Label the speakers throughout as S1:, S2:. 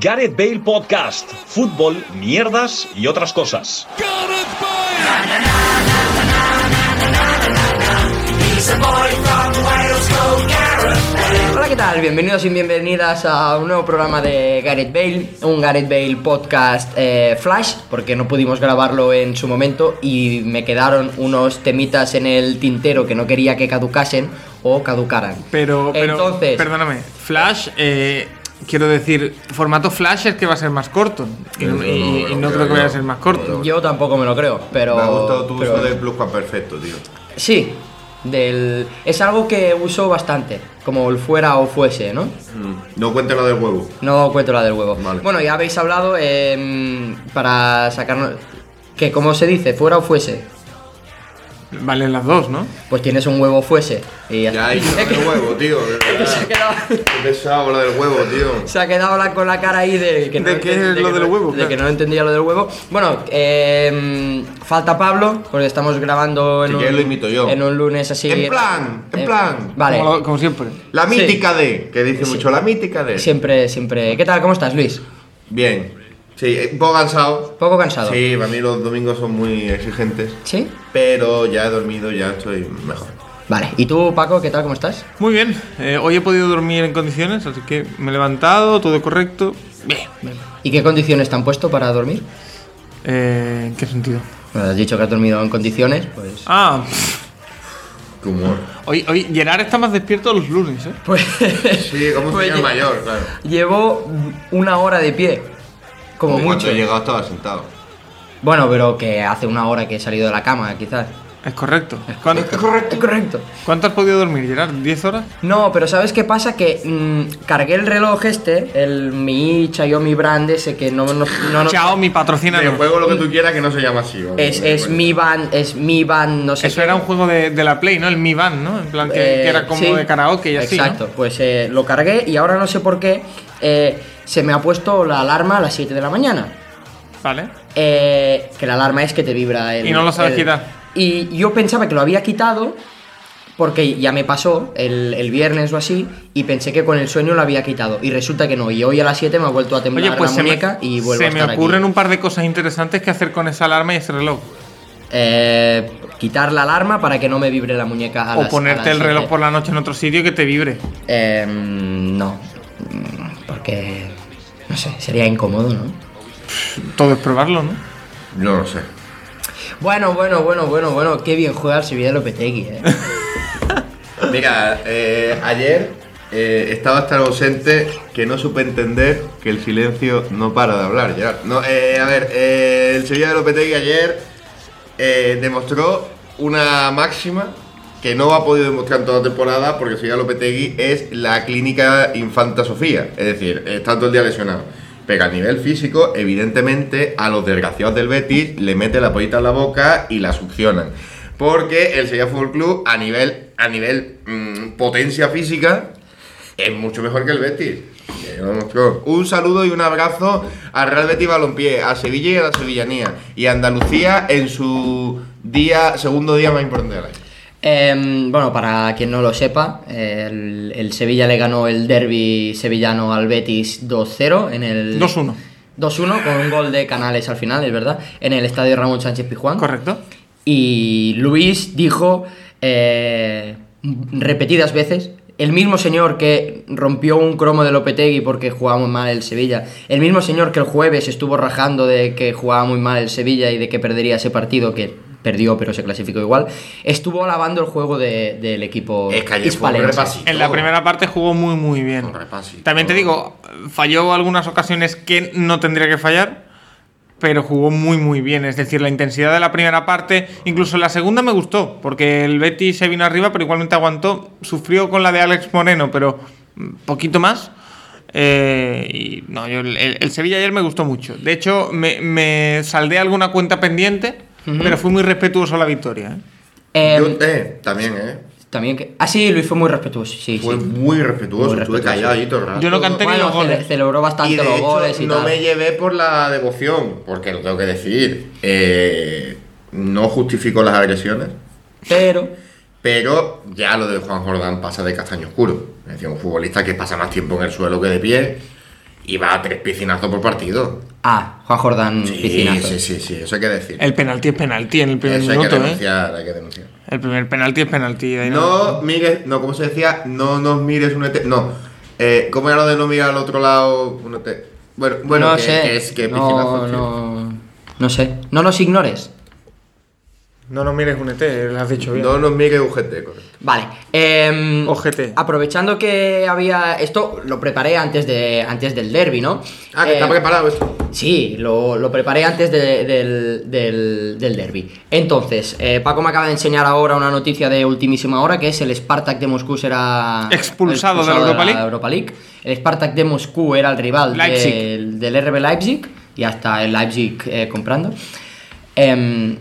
S1: Gareth Bale Podcast, fútbol, mierdas y otras cosas.
S2: Hola, ¿qué tal? Bienvenidos y bienvenidas a un nuevo programa de Gareth Bale, un Gareth Bale podcast eh, flash, porque no pudimos grabarlo en su momento y me quedaron unos temitas en el tintero que no quería que caducasen o caducaran.
S3: Pero, pero
S2: Entonces-
S3: perdóname, Flash, eh, quiero decir, formato Flash es que va a ser más corto. Y,
S4: Eso no
S3: y-
S4: lo veo,
S3: y no creo
S4: creo
S3: que vaya a
S4: yo.
S3: ser más corto.
S2: Yo tampoco me lo creo, pero...
S4: Me ha gustado tu
S2: pero-
S4: uso del pluscuamperfecto, tío.
S2: Sí, del... es algo que uso bastante, como el fuera o fuese, ¿no?
S4: No cuente lo del huevo.
S2: No cuento la del huevo.
S4: Vale.
S2: Bueno, ya habéis hablado em, para sacarnos... Que como se dice, fuera o fuese,
S3: Valen las dos, ¿no?
S2: pues tienes un huevo fuese. Y ya
S4: Ya
S2: está.
S4: hay lo
S2: Es que-
S4: del huevo, tío. de verdad.
S2: se, ha quedado,
S4: Qué pesado lo del huevo, tío.
S2: se ha quedado la- con la cara ahí de que
S3: ¿De qué
S2: enten-
S3: es lo
S2: que
S3: del
S2: no-
S3: huevo?
S2: De
S3: Claro.
S2: que no entendía lo del huevo. Bueno, em, falta Pablo, porque estamos grabando en,
S4: Si
S2: un,
S4: quieres lo imito yo.
S2: en un lunes así.
S4: En plan, en
S2: Eh,
S4: plan.
S2: Vale.
S3: Como, lo- como siempre.
S4: La
S2: Sí.
S4: mítica de, que dice
S2: Sí.
S4: mucho, la mítica de.
S2: Siempre, siempre. ¿Qué tal? ¿Cómo estás, Luis?
S4: Bien. Sí, eh, un poco cansado.
S2: Poco cansado.
S4: Sí, para mí los domingos son muy exigentes.
S2: ¿Sí?
S4: Pero ya he dormido, ya estoy mejor.
S2: Vale. ¿Y tú, Paco, qué tal? ¿Cómo estás?
S3: Muy bien, eh, hoy he podido dormir en condiciones, así que me he levantado, todo correcto. Bien.
S2: ¿Y qué condiciones te han puesto para dormir?
S3: Eh, ¿En qué sentido?
S2: Bueno, has dicho que has dormido en condiciones, pues.
S3: Ah,
S4: Qué humor.
S3: hoy, hoy Gerard está más despierto los lunes, ¿eh?
S2: Pues.
S4: Sí, como un
S2: pues
S4: señor
S2: lle-
S4: mayor, claro.
S2: Llevo una hora de pie. Como
S4: Cuando
S2: mucho.
S4: he llegado estaba sentado.
S2: Bueno, pero que hace una hora que he salido de la cama, quizás.
S3: Es correcto. ¿Cuán-
S2: Correcto. Correcto.
S3: ¿Cuánto has podido dormir, Gerard? ¿10 horas?
S2: No, pero ¿sabes qué pasa? Que mm, cargué el reloj este, el Mi Xiaomi Brand ese que no no, no- no-
S3: Chao, mi patrocina.
S4: Te juego lo que tú quieras que no se llama así. vale,
S2: es,
S4: me
S2: es
S4: cuento.
S2: Mi Band, es Mi Band, no sé
S3: Eso
S2: qué.
S3: era un juego de, de la Play, ¿no? El Mi Band, ¿no? En plan que,
S2: Eh,
S3: que era como
S2: sí.
S3: de karaoke y así. ¿no?
S2: Exacto, pues eh, lo cargué y ahora no sé por qué eh, se me ha puesto la alarma a las 7 de la mañana.
S3: Vale.
S2: Eh, que la alarma es que te vibra el.
S3: Y no lo sabes
S2: el-
S3: quitar.
S2: Y yo pensaba que lo había quitado porque ya me pasó el, el viernes o así y pensé que con el sueño lo había quitado. Y resulta que no. Y hoy a las 7 me ha vuelto a temblar
S3: Oye, pues
S2: la
S3: se me,
S2: muñeca y vuelvo
S3: se
S2: a estar
S3: me ocurren
S2: aquí.
S3: un par de cosas interesantes que hacer con esa alarma y ese reloj.
S2: Eh, quitar la alarma para que no me vibre la muñeca a
S3: o
S2: las- a
S3: ponerte
S2: las
S3: el reloj
S2: siete.
S3: por la noche en otro sitio que te vibre.
S2: Eh, no. Mm, Porque. No sé, sería incómodo, ¿no?
S3: Todo es probarlo, ¿no?
S4: No lo sé.
S2: Bueno, bueno, bueno, bueno, bueno. Qué bien juega el Sevilla de Lopetegui, ¿eh?
S4: Mira, eh, ayer eh, estaba tan ausente que no supe entender que el silencio no para de hablar, Gerard. No, eh, a ver, eh, el Sevilla de Lopetegui ayer eh, demostró una máxima que no ha podido demostrar en toda la temporada porque el Sevilla de Lopetegui es la clínica Infanta Sofía. Es decir, está todo el día lesionado. Pero a nivel físico, evidentemente, a los desgraciados del Betis le mete la pollita en la boca y la succionan. Porque el Sevilla Fútbol Club, a nivel, a nivel mm, potencia física, es mucho mejor que el Betis. Que lo demostró. Un saludo y un abrazo al Real Betis Balompié, a Sevilla y a la Sevillanía. Y a Andalucía en su día, segundo día más importante del año.
S2: Em, bueno, para quien no lo sepa, el, el Sevilla le ganó el derby sevillano al Betis 2-0 en el...
S3: 2-1.
S2: 2-1 con un gol de Canales al final, es verdad, en el estadio Ramón Sánchez Pizjuán.
S3: ¿Correcto?
S2: Y Luis dijo eh, repetidas veces, el mismo señor que rompió un cromo de Lopetegui porque jugaba muy mal el Sevilla, el mismo señor que el jueves estuvo rajando de que jugaba muy mal el Sevilla y de que perdería ese partido que perdió pero se clasificó igual, estuvo alabando el juego de- del equipo
S4: Es que ayer fue un
S2: hispalense.
S4: repasito.
S3: En la primera parte jugó muy, muy bien.
S4: Oh. Un Oh. repasito.
S3: También te digo, falló algunas ocasiones que no tendría que fallar, pero jugó muy, muy bien. Es decir, la intensidad de la primera parte, incluso la segunda me gustó, porque el Betis se vino arriba, pero igualmente aguantó. Sufrió con la de Alex Moreno, pero un poquito más. Eh, y no, yo, el, el Sevilla ayer me gustó mucho. De hecho, me, me saldé alguna cuenta pendiente, pero fui muy respetuoso a la victoria. ¿eh?
S2: Em,
S4: Yo, eh, también, ¿eh?
S2: también que... Ah, sí, Luis fue muy respetuoso, sí,
S4: Fue
S2: sí.
S4: muy respetuoso,
S2: Muy
S4: estuve
S2: respetuoso.
S4: callado allí todo el rato.
S3: Yo no canté ni
S2: Bueno,
S3: los goles.
S2: cele- celebró bastante
S4: Y de
S2: los
S4: hecho,
S2: goles y
S4: no
S2: tal.
S4: me llevé por la devoción, porque lo tengo que decir. eh, no justifico las agresiones,
S2: Pero...
S4: pero ya lo de Juan Jordán pasa de castaño oscuro. Es decir, un futbolista que pasa más tiempo en el suelo que de pie y va a tres piscinazos por partido.
S2: Ah, Juan Jordán
S4: Sí,
S2: piscinazo.
S4: sí, sí, sí, eso hay que decir.
S3: El penalti es penalti en el primer
S4: Eso hay que
S3: minuto, ¿eh?
S4: denunciar, hay que denunciar.
S3: El primer penalti es penalti.
S2: Eh,
S3: ahí
S4: No mires, no, como se decía, no nos mires un ET. No, eh, ¿cómo era lo de no mirar al otro lado un ET? Bueno, bueno
S2: no
S4: que,
S2: sé.
S4: que es que
S2: no,
S4: piscinazo,
S2: no, no sé. No nos ignores.
S3: No, no mires un ET, lo has dicho
S4: sí.
S3: bien.
S4: no nos mires un GT, correcto.
S2: Vale. em,
S3: OGT.
S2: Aprovechando que había. Esto lo preparé antes, de, antes del derby, ¿no?
S4: Ah, que
S2: Eh,
S4: está preparado esto.
S2: Sí, lo, lo preparé antes de- del, del, del derby. Entonces, eh, Paco me acaba de enseñar ahora una noticia de ultimísima hora, que es el Spartak de Moscú será
S3: Expulsado de la Europa League.
S2: League. El Spartak de Moscú era el rival
S3: Leipzig.
S2: del, del RB Leipzig, y hasta el Leipzig eh, comprando. Em, eh,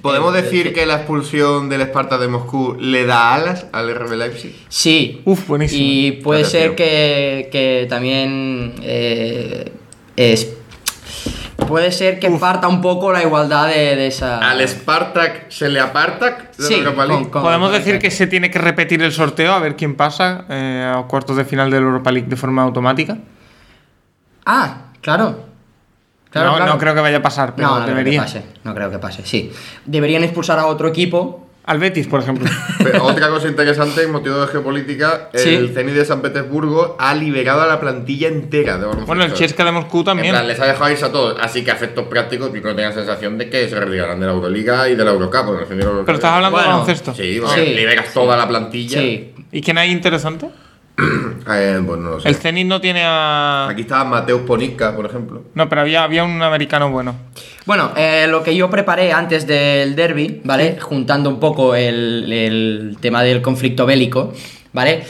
S4: ¿Podemos decir que la expulsión del Esparta de Moscú le da alas al RB Leipzig?
S2: Sí.
S3: Uf, buenísimo.
S2: Y puede
S4: Gracias,
S2: ser
S4: tío.
S2: que, que también eh, es. Puede ser que parta un poco la igualdad de, de esa.
S4: ¿Al Spartak se le aparta de
S2: Sí,
S4: la Europa League?
S2: con- con-
S3: Podemos decir
S2: exacto.
S3: que se tiene que repetir el sorteo a ver quién pasa eh, a cuartos de final del Europa League de forma automática.
S2: Ah, claro. Claro,
S3: no,
S2: claro.
S3: no creo que vaya a pasar, pero
S2: No, no
S3: debería.
S2: creo que pase. No creo que pase, sí. Deberían expulsar a otro equipo.
S3: Al Betis, por ejemplo.
S4: Pero otra cosa interesante, en motivo de geopolítica,
S2: Sí.
S4: el Zenit de San Petersburgo ha liberado a la plantilla entera de baloncesto.
S3: bueno, el Chesca de Moscú
S4: En
S3: también.
S4: plan, les ha dejado irse a todos, así que a efectos prácticos yo creo que tengan sensación de que se retirarán de la Euroliga y de la Eurocup. Bueno, en fin, de la Eurocup.
S3: Pero estás hablando
S2: Bueno,
S3: de baloncesto.
S4: Sí, bueno,
S2: Sí.
S4: liberas toda la plantilla.
S2: Sí.
S3: ¿Y quién hay interesante?
S4: Eh, bueno, no lo sé.
S3: El Zenit no tiene a.
S4: Aquí estaba Mateus Ponica, por ejemplo.
S3: No, pero había, había un americano bueno.
S2: Bueno, eh, lo que yo preparé antes del derby, ¿vale? Juntando un poco el, el tema del conflicto bélico, ¿vale?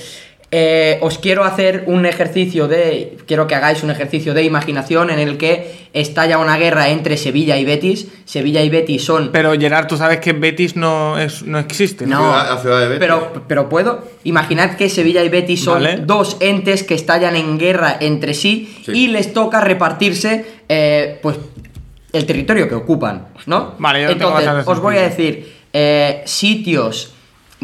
S2: Eh, os quiero hacer un ejercicio de. Quiero que hagáis un ejercicio de imaginación en el que estalla una guerra entre Sevilla y Betis. Sevilla y Betis son.
S3: Pero Gerard, tú sabes que Betis no, es, no existe.
S2: No,
S4: ciudad- la ciudad de Betis.
S2: Pero, pero puedo. Imaginad que Sevilla y Betis son
S3: Vale.
S2: dos entes que estallan en guerra entre sí,
S4: Sí.
S2: y les toca repartirse eh, pues el territorio que ocupan, ¿no?
S3: Vale, yo lo tengo
S2: Entonces,
S3: bastante
S2: os voy a
S3: sencillo.
S2: decir eh, sitios,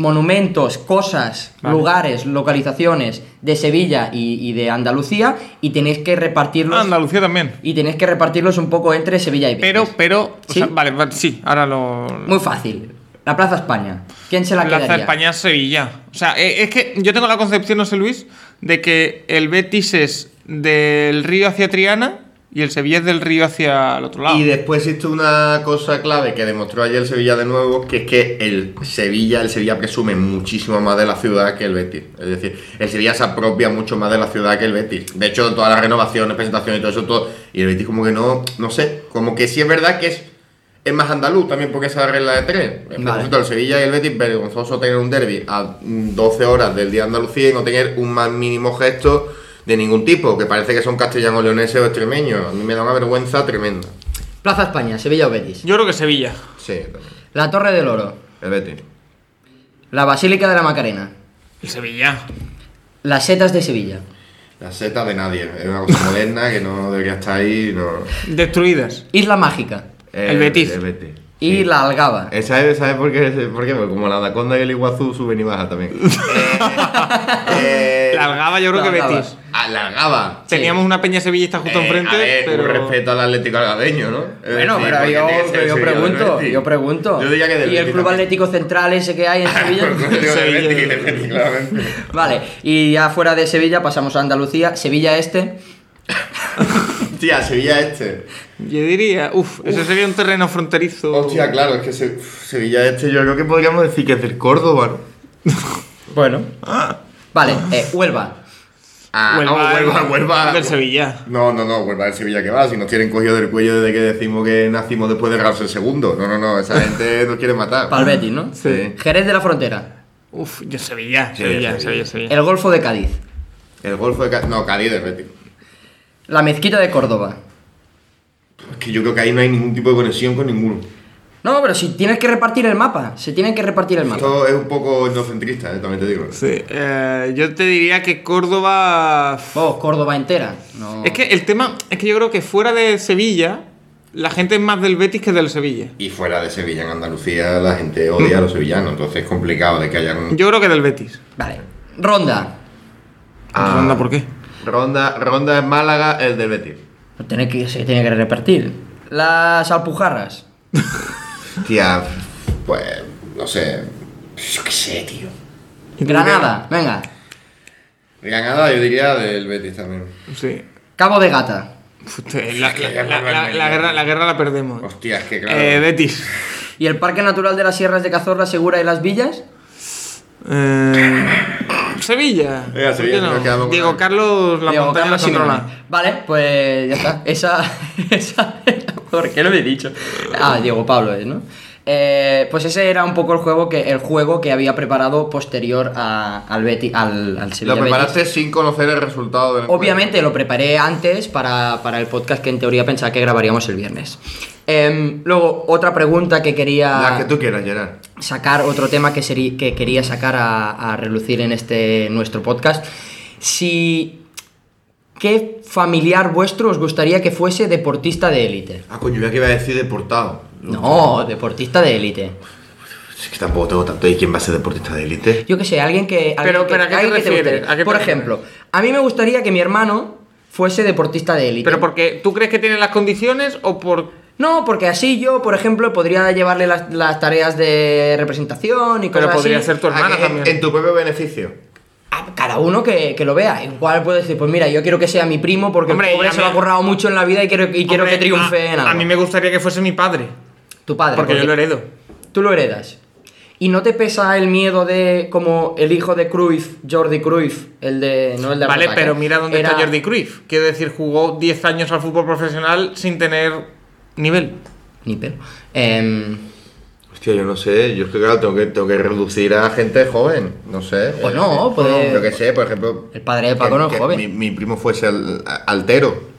S2: monumentos, cosas,
S3: Vale.
S2: lugares, localizaciones de Sevilla y, y de Andalucía y tenéis que repartirlos.
S3: Ah, Andalucía también.
S2: Y tenéis que repartirlos un poco entre Sevilla y Betis.
S3: Pero, pero. o
S2: Sí.
S3: sea, vale, vale, sí, ahora lo.
S2: Muy fácil. La Plaza España. ¿Quién se la
S3: Plaza
S2: quedaría?
S3: España Sevilla. O sea, eh, es que yo tengo la concepción, no sé Luis, de que el Betis es del río hacia Triana y el Sevilla es del río hacia el otro lado.
S4: Y después existe una cosa clave que demostró ayer el Sevilla de nuevo, que es que el Sevilla, el Sevilla presume muchísimo más de la ciudad que el Betis. Es decir, el Sevilla se apropia mucho más de la ciudad que el Betis. De hecho, todas las renovaciones, presentaciones y todo eso, todo, y el Betis como que no, no sé, como que sí es verdad que es, es más andaluz también porque esa regla de tren. En
S2: Vale.
S4: propósito, el Sevilla y el Betis vergonzoso tener un derby a mm, 12 horas del día de Andalucía y no tener un más mínimo gesto de ningún tipo, que parece que son castellanos leoneses o extremeños. A mí me da una vergüenza tremenda.
S2: Plaza España, Sevilla o Betis.
S3: Yo creo que Sevilla.
S4: Sí, también.
S2: La Torre del Oro,
S4: El Betis.
S2: la Basílica de la Macarena,
S3: El Sevilla.
S2: las setas de Sevilla.
S4: La seta de nadie. Es una cosa moderna que no debería estar ahí. No.
S3: Destruidas.
S2: Isla Mágica
S4: Eh,
S3: El Betis.
S4: El Betis.
S2: y
S4: Sí. Eh,
S2: la Algaba.
S4: ¿Sabes, ¿Sabes por qué? ¿Por qué? Porque como la Anaconda y el Iguazú suben y bajan también. eh, eh,
S3: La Algaba, yo creo
S2: La
S3: que
S2: Algaba.
S3: Betis.
S4: a la Gaba.
S3: Teníamos una peña sevillista justo
S4: Eh,
S3: enfrente,
S4: a ver,
S3: pero.
S4: un respeto al Atlético Algabeño, ¿no? Es
S2: Bueno,
S4: decir,
S2: pero
S4: porque tiene que
S2: yo,
S4: ser
S2: pero yo
S4: el Sevilla del
S2: pregunto,
S4: Betis.
S2: yo pregunto.
S4: Yo diría que del
S2: ¿Y el
S4: Betis
S2: Club
S4: también.
S2: Atlético Central ese que hay en
S4: Yo
S2: Sevilla?
S4: digo del
S3: Sevilla.
S4: Betis, del Betis, claramente.
S2: vale, y ya fuera de Sevilla pasamos a Andalucía, Sevilla Este.
S4: Hostia, Sevilla este.
S3: Yo diría, uff, ese sería un terreno fronterizo.
S4: Hostia, claro, es que Se- uf, Sevilla este yo creo que podríamos decir que es del Córdoba, ¿no?
S2: Bueno. Vale, eh, Huelva.
S4: Ah,
S3: Huelva, eh,
S4: no, Huelva, Huelva.
S3: Del Sevilla.
S4: No, no, no, Huelva del Sevilla que va, si nos tienen cogido del cuello desde que decimos que nacimos después de Carlos el segundo. No, no, no, esa gente nos quiere matar.
S2: Pal Betis, ¿no?
S4: Sí.
S2: Jerez de la Frontera,
S3: Uf, yo Sevilla,
S4: Sí,
S3: Sevilla,
S4: Sevilla.
S3: Sevilla, Sevilla.
S2: el Golfo de Cádiz,
S4: El Golfo de Cádiz. No, Cádiz de Betis.
S2: la Mezquita de Córdoba.
S4: Es que yo creo que ahí no hay ningún tipo de conexión con ninguno.
S2: No, pero si tienes que repartir el mapa, se tienen que repartir el mapa.
S4: Esto es un poco etnocentrista, eh, también te digo.
S3: Sí, eh, yo te diría que Córdoba.
S2: Oh, Córdoba entera. No.
S3: Es que el tema es que yo creo que fuera de Sevilla, la gente es más del Betis que del Sevilla.
S4: Y fuera de Sevilla, en Andalucía, la gente odia a los sevillanos, entonces es complicado de que haya un...
S3: Yo creo que del Betis.
S2: Vale. Ronda.
S4: Ah,
S3: Ronda, ¿por qué?
S4: Ronda, ronda en Málaga, el del Betis.
S2: Tiene que, se tiene que repartir. Las alpujarras.
S4: Tía, pues, no sé. Yo qué sé, tío.
S2: Granada, venga.
S4: Granada, yo diría del Betis también.
S3: Sí.
S2: Cabo de gata.
S3: Pute, La, la- la- la- la guerra, la guerra la perdemos.
S4: Hostia, es que claro.
S3: Eh, Betis.
S2: ¿Y el Parque Natural de las Sierras de Cazorla, Segura y Las Villas?
S3: Eh, Sevilla.
S4: Venga, Sevilla,
S3: ¿Por qué no?
S4: nos quedamos con
S3: Diego
S4: él.
S3: Carlos, la
S2: Diego
S3: montaña
S2: Carlos
S3: la controla.
S2: Simeone. Vale, pues ya está. Esa. esa ¿Por qué lo he dicho? Ah, Diego Pablo es, ¿no? Eh, pues ese era un poco el juego que el juego que había preparado posterior a- al Betis al, al Sevilla
S4: Lo
S2: Betis.
S4: preparaste sin conocer el resultado del encuentro.
S2: Obviamente lo preparé antes para, para el podcast que en teoría pensaba que grabaríamos el viernes. Em, luego, otra pregunta que quería
S4: La que tú quieras, Gerard.
S2: sacar otro tema que, sería, que quería sacar a, a relucir en este nuestro podcast. Si qué familiar vuestro os gustaría que fuese deportista de élite.
S4: Ah, coño, yo que iba a decir deportado.
S2: No, deportista de élite.
S4: Es que tampoco tengo tanto. ¿Y quién va a ser deportista de élite?
S2: Yo qué sé, alguien que. alguien
S3: Pero-
S2: que-
S3: pero ¿a qué te
S2: alguien que
S3: refieres?
S2: gustaría.
S3: ¿A qué te
S2: Por
S3: refieres?
S2: ejemplo, a mí me gustaría que mi hermano fuese deportista de élite.
S3: Pero porque tú crees que tiene las condiciones o por
S2: No, porque así yo, por ejemplo, podría llevarle las, las tareas de representación y cosas
S3: Pero podría
S2: así.
S3: ser tu
S4: Ah,
S3: hermana
S4: que en,
S3: también.
S4: en tu propio beneficio.
S2: a cada uno que, que lo vea. Igual puede decir, pues mira, yo quiero que sea mi primo porque
S3: Hombre,
S2: el pobre
S3: y a
S2: se
S3: mí-
S2: lo ha currado mucho en la vida y quiero, y quiero
S3: Hombre,
S2: que triunfe
S3: a,
S2: en algo. Ah,
S3: A mí me gustaría que fuese mi padre.
S2: Tu padre.
S3: porque yo lo heredo.
S2: Tú lo heredas. ¿Y no te pesa el miedo de como el hijo de Cruyff, Jordi Cruyff, el de... No el de
S3: Vale,
S2: Arrataca,
S3: pero mira dónde
S2: era-
S3: está Jordi Cruyff. Quiero decir, jugó 10 años al fútbol profesional sin tener nivel.
S2: Ni pelo. Em,
S4: Hostia, yo no sé. Yo es que, claro, tengo que, tengo que reducir a gente joven. No sé. Eh,
S2: Pues no, puede-
S4: Yo que sé, por ejemplo.
S2: El padre de
S4: que-
S2: Paco no es
S4: que
S2: joven.
S4: Mi, mi primo fuese al- a- altero.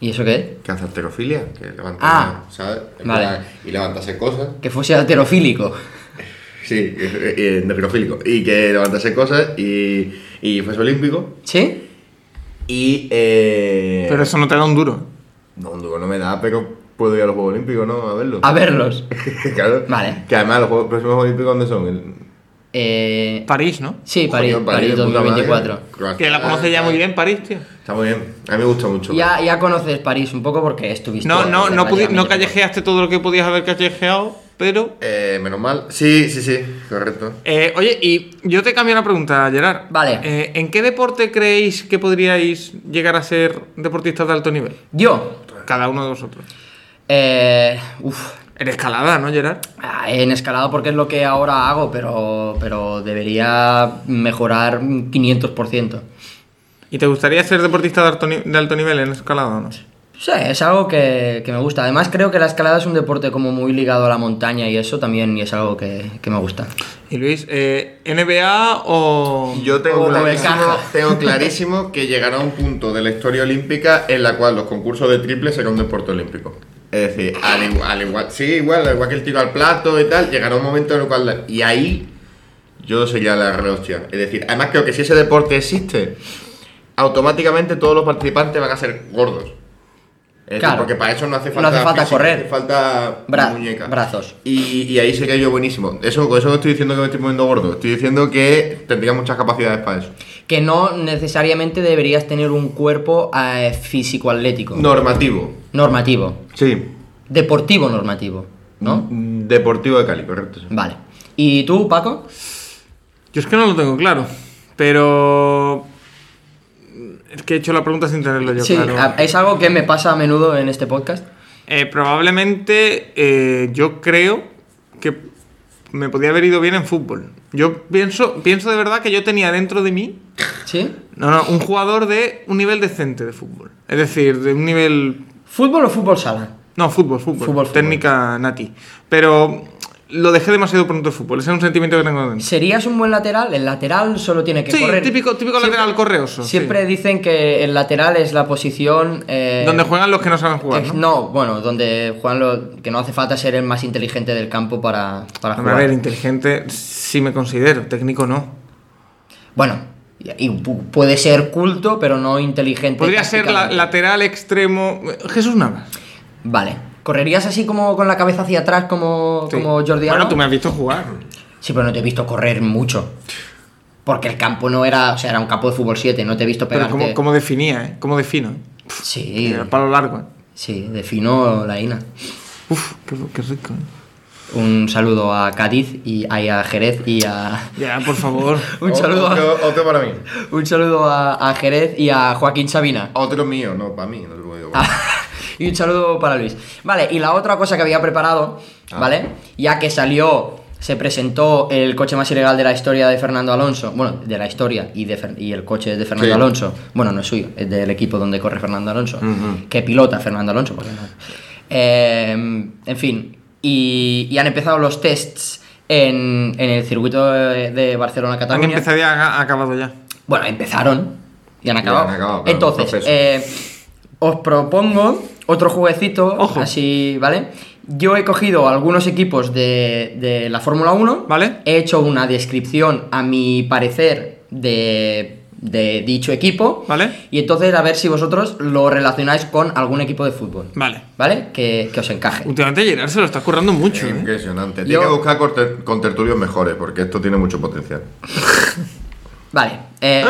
S2: ¿Y eso qué es?
S4: Que hace alterofilia. Que levanta.
S2: Ah.
S4: ¿Sabes? En
S2: Vale.
S4: plan, Y levantase cosas.
S2: Que fuese alterofílico.
S4: Sí, eh, eh, necrofílico. Y que levantase cosas y, y fuese olímpico.
S2: ¿Sí?
S4: Y. Eh,
S3: Pero eso no te da un duro.
S4: No, un duro no me da, pero puedo ir a los Juegos Olímpicos, ¿no? A verlo.
S2: A verlos.
S4: claro.
S2: Ah, Vale.
S4: Que además, los Juegos- próximos Juegos Olímpicos, ¿dónde son? El...
S2: Eh,
S3: París, ¿no?
S2: sí, París,
S4: Coño,
S2: París
S4: de puta madre.
S2: 2024.
S4: Croacia,
S3: Que la conoce ya muy bien, París, tío.
S4: Está muy bien. A mí me gusta mucho.
S2: Ya, ya conoces París un poco porque estuviste...
S3: No, no, no, pudi- no
S2: relativamente
S3: callejeaste todo lo que podías haber callejeado, pero.
S4: Eh, menos mal. Sí, sí, sí. Correcto.
S3: Eh, oye, y yo te cambio la pregunta, Gerard.
S2: Vale.
S3: Eh, ¿En qué deporte creéis que podríais llegar a ser deportistas de alto nivel?
S2: poco. Yo,
S3: Cada uno de vosotros.
S2: Eh, uf,
S3: En escalada, ¿no, Gerard?
S2: ah, en escalado porque es lo que ahora hago, pero, pero debería mejorar un 500%.
S3: ¿Y te gustaría ser deportista de alto, ni- de alto nivel en escalada o no?
S2: Sí, es algo que, que me gusta. Además creo que la escalada es un deporte como muy ligado a la montaña y eso también y es algo que, que me gusta.
S3: Y Luis, eh, ¿NBA o.?
S4: Yo tengo
S2: O de
S4: clarísimo,
S2: caja.
S4: tengo clarísimo que llegará un punto de la historia olímpica en la cual los concursos de triple serán un deporte olímpico. Es decir, al igual, al igual, sí, igual, al igual que el tiro al plato y tal, llegará un momento en el cual. Y ahí yo sería la real hostia. Es decir, además creo que si ese deporte existe, automáticamente todos los participantes van a ser gordos. Es decir,
S2: Claro.
S4: porque para eso no hace
S2: No
S4: falta,
S2: hace falta
S4: físico,
S2: correr.
S4: hace falta
S2: Bra-
S4: muñeca.
S2: brazos.
S4: Y, y ahí sería yo buenísimo. Eso, con eso no estoy diciendo que me estoy poniendo gordo. Estoy diciendo que tendría muchas capacidades para eso.
S2: Que no necesariamente deberías tener un cuerpo eh, físico-atlético.
S4: Normativo.
S2: Normativo.
S4: Sí.
S2: Deportivo normativo, ¿no?
S4: Mm, Deportivo de Cali, correcto. sí.
S2: Vale. ¿Y tú, Paco?
S3: Yo es que no lo tengo claro, pero. Es que he hecho la pregunta sin tenerlo yo
S2: sí,
S3: claro.
S2: a- es algo que me pasa a menudo en este podcast.
S3: Eh, probablemente eh, yo creo que me podía haber ido bien en fútbol. Yo pienso, pienso de verdad que yo tenía dentro de mí
S2: ¿Sí?
S3: no, no, un jugador de un nivel decente de fútbol. Es decir, de un nivel
S2: ¿Fútbol o fútbol sala?
S3: No, fútbol, fútbol.
S2: Fútbol, fútbol.
S3: Técnica nati. Pero lo dejé demasiado pronto el fútbol. Ese es un sentimiento que tengo dentro.
S2: ¿Serías un buen lateral? El lateral solo tiene que
S3: Sí,
S2: correr.
S3: típico, típico
S2: Siempre-
S3: lateral correoso. sí.
S2: Siempre dicen que el lateral es la posición. eh,
S3: Donde juegan los que no saben jugar.
S2: es-
S3: ¿no?
S2: ¿no? bueno, donde juegan los. que no hace falta ser el más inteligente del campo para, para
S3: Hombre,
S2: jugar.
S3: a ver, inteligente sí me considero, técnico no.
S2: Bueno, y, y pu- puede ser culto, pero no inteligente.
S3: Podría ser la-
S2: tácticamente.
S3: lateral, extremo. eh, Jesús Navas.
S2: Vale. ¿Correrías así como con la cabeza hacia atrás, como,
S3: Sí.
S2: como Jordi
S3: Bueno,
S2: Alba?
S3: tú me has visto jugar.
S2: Sí, pero no te he visto correr mucho. porque el campo no era, o sea, era un campo de fútbol 7, no te he visto
S3: Pero
S2: pegarte.
S3: ¿cómo, cómo definía, eh? ¿Cómo defino? eh?
S2: Sí,
S3: Era palo largo, eh.
S2: sí, defino la INA.
S3: Uf, qué, qué rico. eh.
S2: Un saludo a Cádiz y ay, a Jerez y a.
S3: Ya, por favor.
S2: Un saludo, a,
S4: Otro, otro para mí.
S2: un saludo a, a Jerez y a Joaquín Sabina.
S4: Otro mío, no, para mí. No lo digo.
S2: Ah. y un saludo para Luis. Vale, y la otra cosa que había preparado, ¿vale? Ya que salió, se presentó el coche más ilegal de la historia de Fernando Alonso. Bueno, de la historia y, de Fer- y el coche es de Fernando
S4: Sí.
S2: Alonso. Bueno, no es suyo, es del equipo donde corre Fernando Alonso.
S4: Ujú.
S2: Que pilota Fernando Alonso, porque no. Eh, en fin, y, y han empezado los tests. En, en el circuito de, de
S3: Han
S2: Barcelona-Cataluña.
S3: empezado ya, ha- ha acabado ya.
S2: Bueno, empezaron y han acabado.
S4: han acabado, claro,
S2: Entonces,
S4: proceso.
S2: eh, os propongo otro jueguecito,
S3: Ojo.
S2: así, ¿vale? Yo he cogido algunos equipos de, de la Fórmula 1,
S3: Vale.
S2: He hecho una descripción, a mi parecer, de, de dicho equipo,
S3: Vale.
S2: Y entonces a ver si vosotros lo relacionáis con algún equipo de fútbol,
S3: Vale.
S2: ¿vale? Que, que os encaje.
S3: Últimamente Gerard se lo está currando mucho, ¿eh?
S4: Impresionante.
S2: Yo-
S4: Tiene que buscar conter- contertulios mejores, porque esto tiene mucho potencial.
S2: Vale. eh,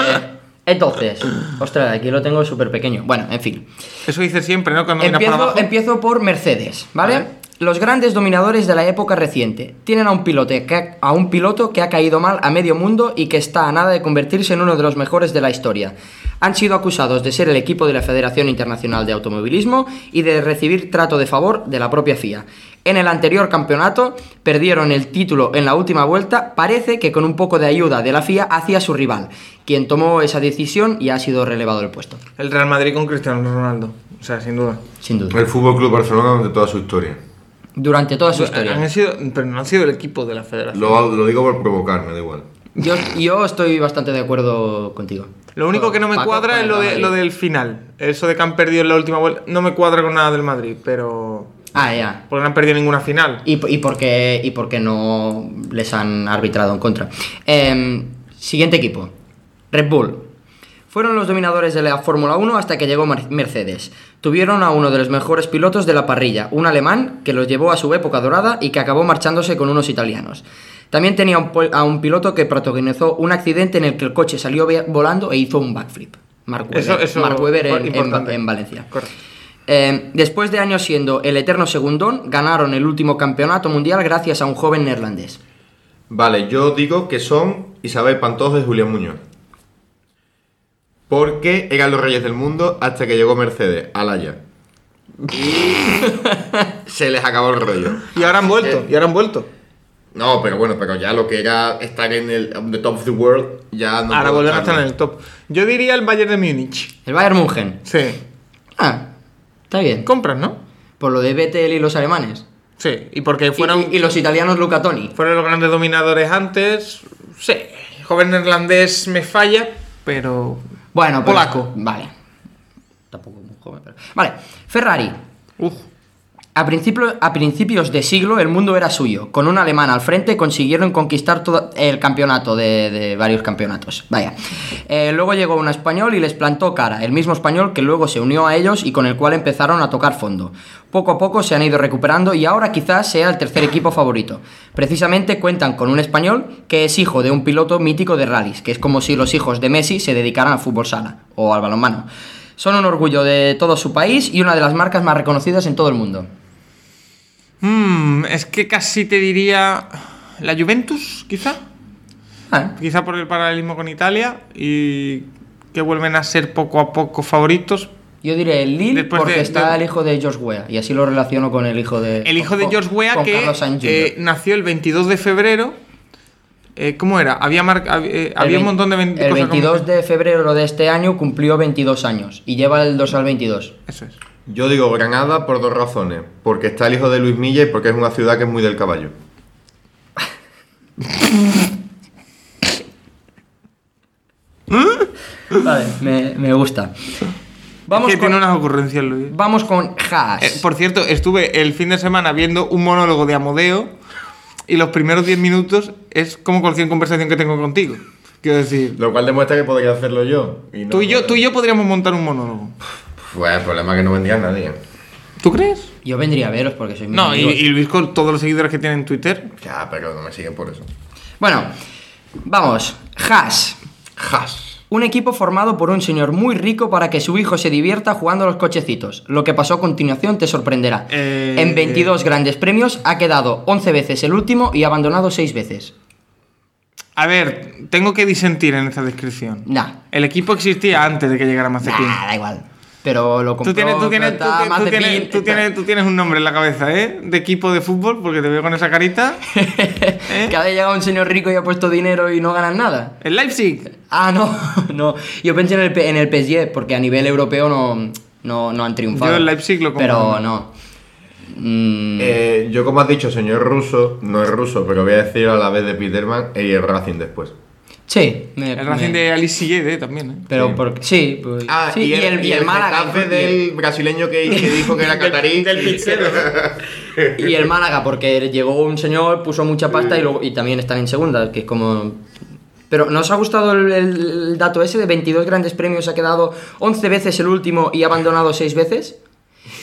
S2: entonces, ostras, aquí lo tengo súper pequeño. Bueno, en fin.
S3: Eso dice siempre, ¿no? Cuando miras para
S2: Empiezo,
S3: abajo.
S2: empiezo por Mercedes, ¿vale? Los grandes dominadores de la época reciente tienen a un, piloto que ha, a un piloto que ha caído mal a medio mundo y que está a nada de convertirse en uno de los mejores de la historia. Han sido acusados de ser el equipo de la Federación Internacional de Automovilismo y de recibir trato de favor de la propia FIA. En el anterior campeonato perdieron el título en la última vuelta, parece que con un poco de ayuda de la FIA hacia su rival, quien tomó esa decisión y ha sido relevado del puesto,
S3: El Real Madrid con Cristiano Ronaldo. O sea, sin duda.
S2: sin duda.
S4: El Fútbol Club Barcelona de toda su historia.
S2: Durante toda su historia.
S3: Han sido, pero no han sido el equipo de la federación.
S4: Lo, lo digo por provocarme, da igual.
S2: Yo, yo estoy bastante de acuerdo contigo.
S3: Lo único que no me
S2: Paco,
S3: cuadra
S2: con
S3: es
S2: el
S3: lo, de,
S2: Madrid.
S3: lo del final. Eso de que han perdido en la última vuelta. No me cuadra con nada del Madrid, pero.
S2: Ah, ya.
S3: Porque no han perdido ninguna final.
S2: Y, y porque, y porque no les han arbitrado en contra. Em, siguiente equipo. Red Bull. Fueron los dominadores de la Fórmula 1 hasta que llegó Mar- Mercedes. Tuvieron a uno de los mejores pilotos de la parrilla, un alemán que los llevó a su época dorada y que acabó marchándose con unos italianos. También tenía un pol- a un piloto que protagonizó un accidente en el que el coche salió vi- volando e hizo un backflip. Mark Webber,
S3: Eso, eso
S2: Mark Webber en- en,
S3: importante.
S2: en Valencia.
S3: Correcto.
S2: Eh, después de años siendo el eterno segundón, ganaron el último campeonato mundial gracias a un joven neerlandés.
S4: Vale, yo digo que son Isabel Pantoja y Julián Muñoz. Porque eran los reyes del mundo hasta que llegó Mercedes, Alaya. Y se les acabó el rollo.
S3: Y ahora han vuelto, y ahora han vuelto.
S4: No, pero bueno, pero ya lo que era estar en el on the top of the world, ya no.
S3: ahora
S4: puedo
S3: vuelven a estar
S4: dejarlo.
S3: en el top. Yo diría el Bayern de Múnich.
S2: El Bayern München.
S3: Sí.
S2: Ah, está bien.
S3: Compras, ¿no?
S2: Por lo de Vettel y los alemanes.
S3: Sí. Y porque fueron,
S2: Y, y los italianos Luca Toni.
S3: fueron los grandes dominadores antes. Sí. Joven irlandés me falla, pero.
S2: Bueno, pero-
S3: Polaco.
S2: Vale. Tampoco muy joven, pero- Vale. Ferrari.
S3: Uf.
S2: A, principio- a principios de siglo el mundo era suyo. Con un alemán al frente consiguieron conquistar todo el campeonato de, de varios campeonatos. Vaya. Eh, luego llegó un español y les plantó cara, el mismo español que luego se unió a ellos y con el cual empezaron a tocar fondo. Poco a poco se han ido recuperando y ahora quizás sea el tercer equipo favorito. Precisamente cuentan con un español que es hijo de un piloto mítico de rallies, que es como si los hijos de Messi se dedicaran al fútbol sala o al balonmano. Son un orgullo de todo su país y una de las marcas más reconocidas en todo el mundo.
S3: Mm, es que casi te diría. La Juventus, quizá.
S2: Ah,
S3: quizá por el paralelismo con Italia y que vuelven a ser poco a poco favoritos.
S2: yo diré el Lille
S3: Después
S2: porque
S3: de-
S2: está
S3: de-
S2: el hijo de George Weah y así lo relaciono con el hijo de
S3: El hijo de
S2: Eh, con-
S3: George Weah
S2: con
S3: que
S2: Carlos Sainz Jr.
S3: eh, nació el 22 de febrero. Eh, ¿Cómo era? Había, mar- hab- eh,
S2: El
S3: había
S2: vein-
S3: un montón de vein- cosas
S2: El
S3: como-
S2: 22 de febrero de este año cumplió 22 años y lleva el 2 al 22.
S3: Eso es.
S4: Yo digo Granada por dos razones. Porque está el hijo de Luis Milla y porque es una ciudad que es muy del caballo.
S2: Vale, me, me gusta. Vamos
S3: Es que
S2: con,
S3: tiene unas ocurrencias, Luis.
S2: vamos con Haas.
S3: Eh, por cierto, estuve el fin de semana viendo un monólogo de Amodeo y los primeros 10 minutos es como cualquier conversación que tengo contigo. Quiero decir,
S4: Lo cual demuestra que podría hacerlo yo. no
S3: tú, y yo,
S4: puedo.
S3: tú y yo podríamos montar un monólogo.
S4: Pues el problema es que no vendía a nadie.
S3: ¿Tú crees?
S2: Yo vendría a veros porque soy muy
S3: No, y, y Luis con todos los seguidores que tiene en Twitter,
S4: Ya, pero no me siguen por eso.
S2: Bueno, Vamos, Haas.
S4: Haas.
S2: Un equipo formado por un señor muy rico para que su hijo se divierta jugando a los cochecitos. Lo que pasó a continuación te sorprenderá.
S3: Eh,
S2: en 22 grandes premios ha quedado 11 veces el último y abandonado 6 veces.
S3: A ver, tengo que disentir en esta descripción.
S2: Nah.
S3: El equipo existía antes de que llegara Mazepin.
S2: Nah, da igual. Pero lo compró
S3: Tú tienes, tú, tienes, tú,
S2: Plata,
S3: tienes- tú
S2: Mazepin,
S3: tienes- tú tienes- tú tienes un nombre en la cabeza, ¿eh? De equipo de fútbol, porque te veo con esa carita. ¿eh?
S2: Que haya llegado un señor rico y ha puesto dinero y no ganan nada.
S3: El Leipzig.
S2: Ah, no, no. Yo pensé en el, P- en el PSG, porque a nivel europeo no, no, no han triunfado.
S3: Yo el Leipzig lo compro.
S2: Pero no. Mm,
S4: Eh, yo, como has dicho, señor ruso, no es ruso, pero voy a decir a la vez de Peterman y el Racing después.
S2: sí. me-
S3: El Racing
S2: me-
S3: de Alice Yede también, ¿eh?
S2: Pero
S4: Sí.
S2: porque. Sí, pues,
S4: Ah,
S2: sí,
S4: y el, y el
S2: Málaga.
S4: Getafe
S2: hijo, y el-
S4: del brasileño que, que dijo que era catarí.
S2: Y el Málaga, porque llegó un señor, puso mucha pasta y, luego, y también están en segunda, que es como... Pero ¿no os ha gustado el, el dato ese de 22 grandes premios? Ha quedado 11 veces el último y abandonado 6 veces.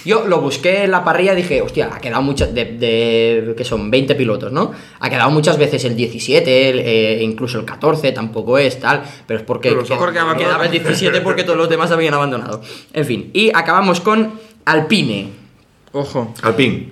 S2: Yo lo busqué en la parrilla y dije, hostia, ha quedado muchas, de, de- que son 20 pilotos, ¿no? Ha quedado muchas veces el 17, el, eh, incluso el 14, tampoco es tal, pero es porque
S4: Pero son
S2: que-
S4: porque abandonan.
S2: quedaba el 17 porque todos los demás habían abandonado. En fin, y acabamos con Alpine,
S3: Ojo.
S4: Alpín.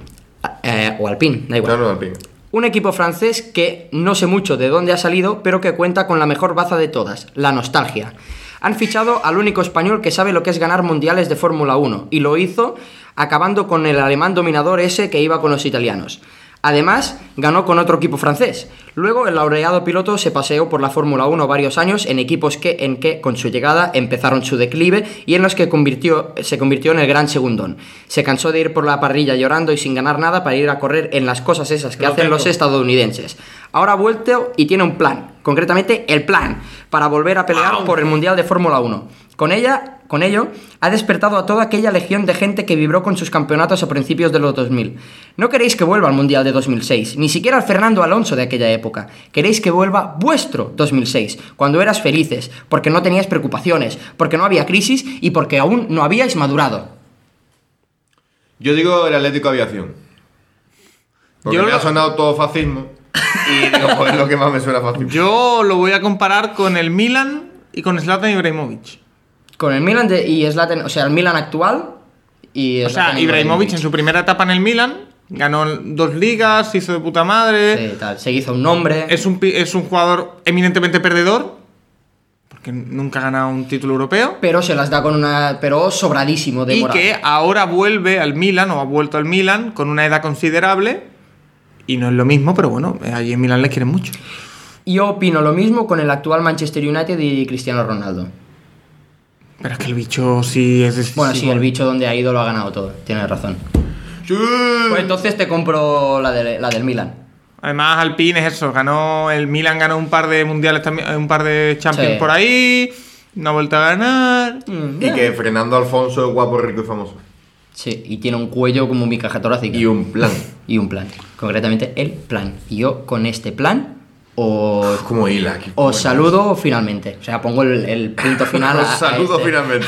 S2: eh, o Alpine, da igual.
S4: No, no, Alpín.
S2: Un equipo francés que no sé mucho de dónde ha salido, pero que cuenta con la mejor baza de todas, la nostalgia. Han fichado al único español que sabe lo que es ganar mundiales de Fórmula 1 y lo hizo acabando con el alemán dominador ese que iba con los italianos. Además, ganó con otro equipo francés. Luego, el laureado piloto se paseó por la Fórmula 1 varios años en equipos que, en que, con su llegada, empezaron su declive y en los que convirtió- se convirtió en el gran segundón. Se cansó de ir por la parrilla llorando y sin ganar nada para ir a correr en las cosas esas que
S3: Lo
S2: hacen
S3: tengo.
S2: los estadounidenses. Ahora ha vuelto y tiene un plan, concretamente el plan, para volver a pelear por el Mundial de Fórmula 1. Con ella, con ello, ha despertado a toda aquella legión de gente que vibró con sus campeonatos a principios de los 2000. No queréis que vuelva al Mundial de 2006, ni siquiera al Fernando Alonso de aquella época. Queréis que vuelva vuestro 2006, cuando eras felices, porque no teníais preocupaciones, porque no había crisis y porque aún no habíais madurado.
S4: Yo digo el Atlético Aviación. Porque
S3: Yo
S4: me
S3: lo-
S4: ha sonado todo fascismo. Y digo, joder, lo que más me suena fascismo.
S3: Yo lo voy a comparar con el Milan y con Zlatan Ibrahimovic.
S2: Con el Milan de- y Zlatan, o sea, el Milan actual y
S3: O sea,
S2: Zlatan
S3: Ibrahimovic en su primera etapa en el Milan ganó dos ligas, se hizo de puta madre.
S2: Sí, tal, Se hizo un nombre.
S3: Es, un, pi- es un jugador eminentemente perdedor, porque nunca ha ganado un título europeo.
S2: Pero se las da con una. Pero sobradísimo de
S3: Y
S2: moral.
S3: que ahora vuelve al Milan o ha vuelto al Milan con una edad considerable. Y no es lo mismo, pero bueno, allí en Milan les quieren mucho.
S2: Yo opino lo mismo con el actual Manchester United y Cristiano Ronaldo.
S3: Pero es que el bicho sí es decisivo.
S2: Bueno, sí, el bicho donde ha ido lo ha ganado todo. Tienes razón.
S4: Sí.
S2: Pues entonces te compro la, de- la del Milan.
S3: Además, Alpine es eso. Ganó el Milan, ganó un par de mundiales también, eh, un par de Champions
S2: Sí.
S3: por ahí. Una vuelta a ganar.
S4: Y que Fernando Alfonso es guapo, rico y famoso.
S2: Sí, y tiene un cuello como mi caja torácica.
S4: Y un plan.
S2: Y un plan. Concretamente, el plan. Y yo con este plan. O.
S4: Es como hila. qué
S2: Os
S4: bueno.
S2: saludo finalmente. O sea, pongo el, el punto final.
S4: Os
S2: a- a
S4: saludo
S2: este-
S4: finalmente.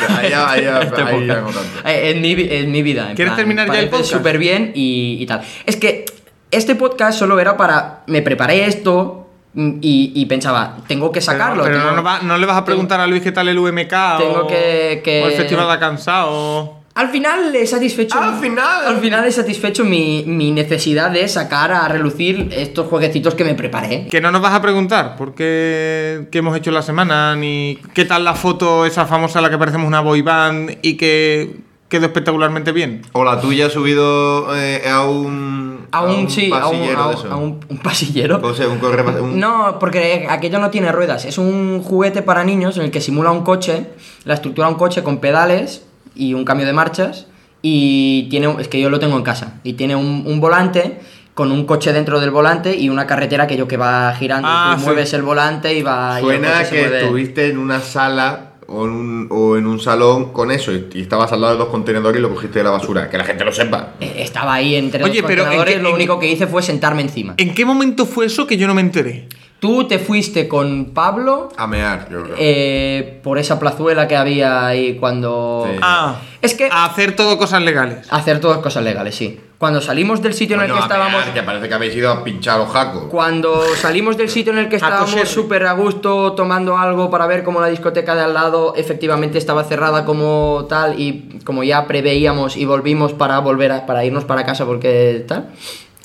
S4: Allá, allá, ahí ya no tanto.
S2: Eh, en, mi, vi- en mi vida. en
S3: ¿Quieres terminar ya el
S2: parece
S3: podcast?
S2: Súper bien y, y tal. Es que este podcast solo era para. Me preparé esto mm, y, y pensaba, tengo que sacarlo.
S3: Pero,
S2: tengo-
S3: no, va- no le vas a preguntar a Luis qué tal el UMK
S2: Tengo
S3: o,
S2: que- que-
S3: o el Festival de Cansado.
S2: Al final he satisfecho.
S4: Al final.
S2: Al final he satisfecho mi, mi necesidad de sacar a relucir estos jueguecitos que me preparé.
S3: Que no nos vas a preguntar por qué, qué hemos hecho la semana, ni qué tal la foto esa famosa en la que parecemos una boy band y que quedó espectacularmente bien.
S4: O la tuya ha subido eh, a un.
S2: A un, sí, a un,
S4: pasillero
S2: a un-
S4: de eso. Pues
S2: a un- un pasillero.
S4: O sea, un corre. un-
S2: No, porque aquello no tiene ruedas. Es un juguete para niños en el que simula un coche, la estructura de un coche con pedales y un cambio de marchas. Y tiene, un- es que yo lo tengo en casa. Y tiene un, un volante con un coche dentro del volante y una carretera que yo que va girando. y
S3: Ah,
S2: tú
S3: sí.
S2: mueves el volante y va. y el
S4: Suena
S2: coche se
S4: que
S2: mueve.
S4: estuviste en una sala o en un, o en un salón con eso y, y estabas al lado de los contenedores y lo cogiste de la basura. Que la gente lo sepa.
S2: Eh, Estaba ahí entre
S3: Oye,
S2: los
S3: pero ¿en
S2: contenedores.
S3: qué-
S2: lo
S3: en
S2: único
S3: qué-
S2: que hice fue sentarme encima.
S3: ¿En qué momento fue eso que yo no me enteré?
S2: Tú te fuiste con Pablo
S4: Amear, yo creo.
S2: eh, por esa plazuela que había ahí cuando...
S4: Sí.
S3: Ah,
S2: Es que-
S3: a hacer todo cosas legales.
S2: Hacer todas cosas legales, sí. Cuando salimos del sitio en el
S4: Coño,
S2: que
S4: a mear,
S2: estábamos...
S4: que parece que habéis ido a pinchar los jacos.
S2: Cuando salimos del sitio en el que
S3: A
S2: estábamos
S3: coser.
S2: súper a gusto tomando algo para ver cómo la discoteca de al lado efectivamente estaba cerrada como tal y como ya preveíamos y volvimos para volver a- para irnos para casa porque tal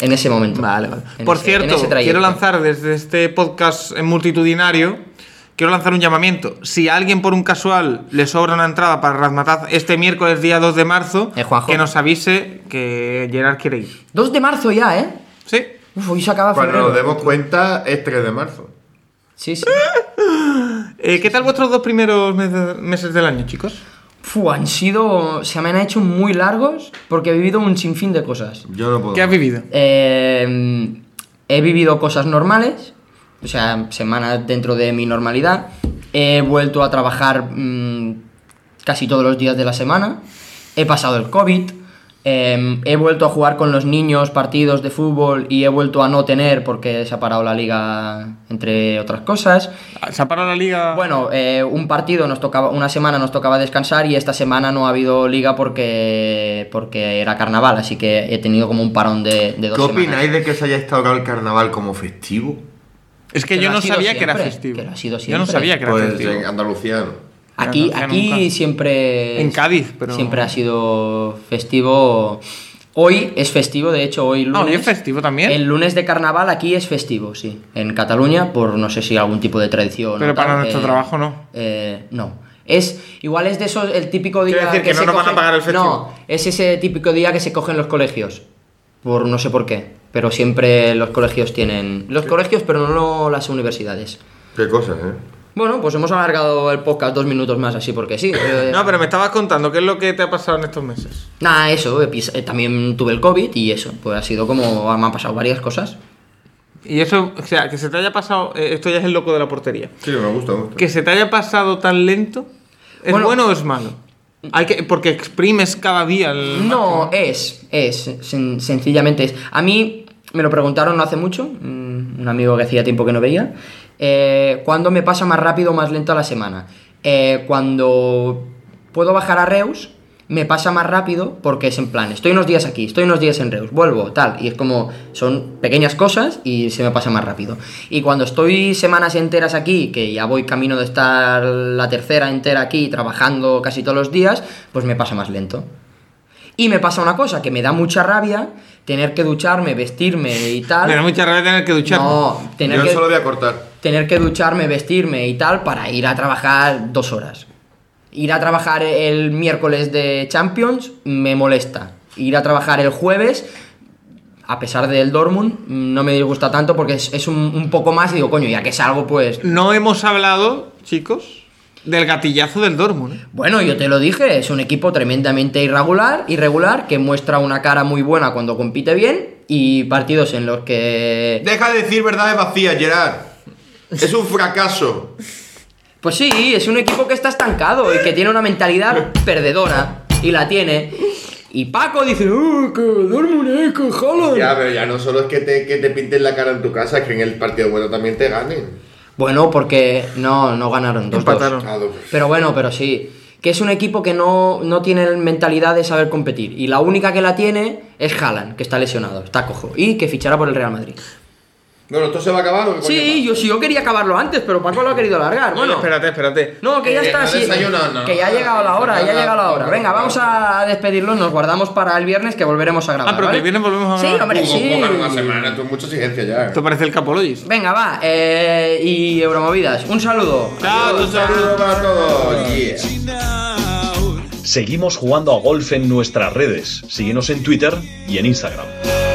S2: en ese momento.
S3: Vale, vale.
S2: En
S3: Por
S2: ese- en
S3: cierto,
S2: ese trayecto.
S3: quiero lanzar desde este podcast eh, multitudinario, quiero lanzar un llamamiento. Si a alguien por un casual le sobra una entrada para Razmataz este miércoles día 2 de marzo,
S2: Eh, Juanjo.
S3: que nos avise que Gerard quiere ir.
S2: 2 de marzo ya, ¿eh?
S3: ¿Sí?
S2: Uf, hoy se acaba
S4: Cuando
S2: febrero.
S4: nos demos cuenta, es 3 de marzo.
S2: Sí, sí.
S3: Eh, ¿Qué tal vuestros dos primeros meses- meses del año, chicos?
S2: Fu, han sido se me han hecho muy largos porque he vivido un sinfín de cosas.
S4: Yo no puedo.
S3: ¿Qué has vivido?
S2: Eh, he vivido cosas normales, o sea, semanas dentro de mi normalidad. He vuelto a trabajar mm, casi todos los días de la semana. He pasado el COVID. eh, he vuelto a jugar con los niños partidos de fútbol y he vuelto a no tener porque se ha parado la liga, entre otras cosas.
S3: ¿Se ha parado la liga?
S2: Bueno, eh, un partido nos tocaba, una semana nos tocaba descansar y esta semana no ha habido liga porque porque era carnaval, así que he tenido como un parón de, de dos
S4: ¿Qué
S2: semanas.
S4: opináis de que se haya instaurado el carnaval como festivo?
S3: es que,
S2: que
S3: yo
S2: lo ha
S3: no
S2: sido
S3: sabía que era
S2: siempre,
S3: festivo.
S2: que lo ha sido
S3: Yo no
S2: siempre.
S3: sabía que era
S4: Pues
S3: festivo.
S4: en Andalucía no.
S2: Aquí,
S3: Pero no hacía
S2: aquí
S3: nunca.
S2: siempre.
S3: En Cádiz, pero-
S2: Siempre ha sido festivo. Hoy es festivo, de hecho, hoy lunes.
S3: Ah, hoy es festivo también.
S2: El lunes de carnaval aquí es festivo, sí. En Cataluña, por no sé si algún tipo de tradición. o
S3: Pero para
S2: tal,
S3: nuestro trabajo no.
S2: eh, no. Es, igual es de esos, el típico día.
S3: Quiere decir que no
S2: se
S3: nos van a
S2: cogen-
S3: pagar el festivo.
S2: No, es ese típico día que se cogen los colegios. Por no sé por qué. Pero siempre los colegios tienen. Los colegios, pero no las universidades.
S4: Qué cosas, ¿eh?
S2: Bueno, pues hemos alargado el podcast dos minutos más así porque sí. Eh,
S3: No, pero me estabas contando qué es lo que te ha pasado en estos meses.
S2: Nada, eso, eh, pis- eh, también tuve el COVID y eso, pues ha sido como, ah, me han pasado varias cosas.
S3: Y eso, o sea, que se te haya pasado, eh, esto ya es el loco de la portería.
S4: Sí, me gusta, me gusta.
S3: Que se te haya pasado tan lento, ¿es
S2: Bueno.
S3: bueno, o es malo? Hay que, porque exprimes cada día el. máximo.
S2: No, es, es, sen- sencillamente es. A mí me lo preguntaron no hace mucho, mm, un amigo que hacía tiempo que no veía, eh, ¿cuándo me pasa más rápido o más lento a la semana? Eh, cuando puedo bajar a Reus, me pasa más rápido porque es en plan, estoy unos días aquí, estoy unos días en Reus, vuelvo, tal, y es como, son pequeñas cosas y se me pasa más rápido. Y cuando estoy semanas enteras aquí, que ya voy camino de estar la tercera entera aquí trabajando casi todos los días, pues me pasa más lento. Y me pasa una cosa que me da mucha rabia tener que ducharme, vestirme y tal.
S3: Me da mucha rabia tener que ducharme.
S2: no, tener
S4: Yo
S2: que,
S4: solo voy a cortar.
S2: tener que ducharme, vestirme y tal para ir a trabajar dos horas. Ir a trabajar el miércoles de Champions me molesta. Ir a trabajar el jueves, a pesar del Dortmund, no me disgusta tanto porque es, es un, un poco más y digo, coño, ya que salgo, pues.
S3: No hemos hablado, chicos, del gatillazo del Dortmund. ¿eh?
S2: Bueno, yo te lo dije, es un equipo tremendamente irregular, irregular, que muestra una cara muy buena cuando compite bien y partidos en los que...
S4: Deja de decir verdades vacías, Gerard. Es un fracaso.
S2: Pues sí, es un equipo que está estancado y que tiene una mentalidad perdedora, y la tiene. Y Paco dice, ¡Uh, que Dortmund, eh, que Haaland".
S4: Ya, pero ya no solo es que te, que te pinten la cara en tu casa, es que en el partido bueno también te ganen.
S2: Bueno, porque no, no ganaron. Dos,
S3: Empataron.
S4: Ah, dos.
S2: Pero bueno, pero sí. Que es un equipo que no, no tiene mentalidad de saber competir. Y la única que la tiene es Haaland, que está lesionado, está cojo. Y que fichará por el Real Madrid.
S4: Bueno, ¿esto se va a acabar o qué coño
S2: Sí,
S4: pasa?
S2: yo, sí, yo quería acabarlo antes, pero Paco lo ha querido alargar. Bueno,
S3: espérate, espérate.
S2: no, que ya
S4: Eh,
S2: está,
S4: no
S2: sí,
S4: desayuno, no.
S2: que ya ha llegado la hora, ya ha llegado la hora. Venga, vamos a despedirlo, nos guardamos para el viernes que volveremos a grabar.
S3: Ah, pero que
S2: ¿vale?
S3: el viernes volvemos a
S2: Sí,
S3: grabar.
S2: hombre,
S4: Hugo,
S2: sí.
S4: pongan una semana, tú mucha exigencia ya. ¿eh?
S3: Esto parece el Capologis.
S2: Venga, va, eh, y Euromovidas, un saludo.
S3: Chao,
S4: Un saludo para todos. Yeah.
S1: Seguimos jugando a golf en nuestras redes. Síguenos en Twitter y en Instagram.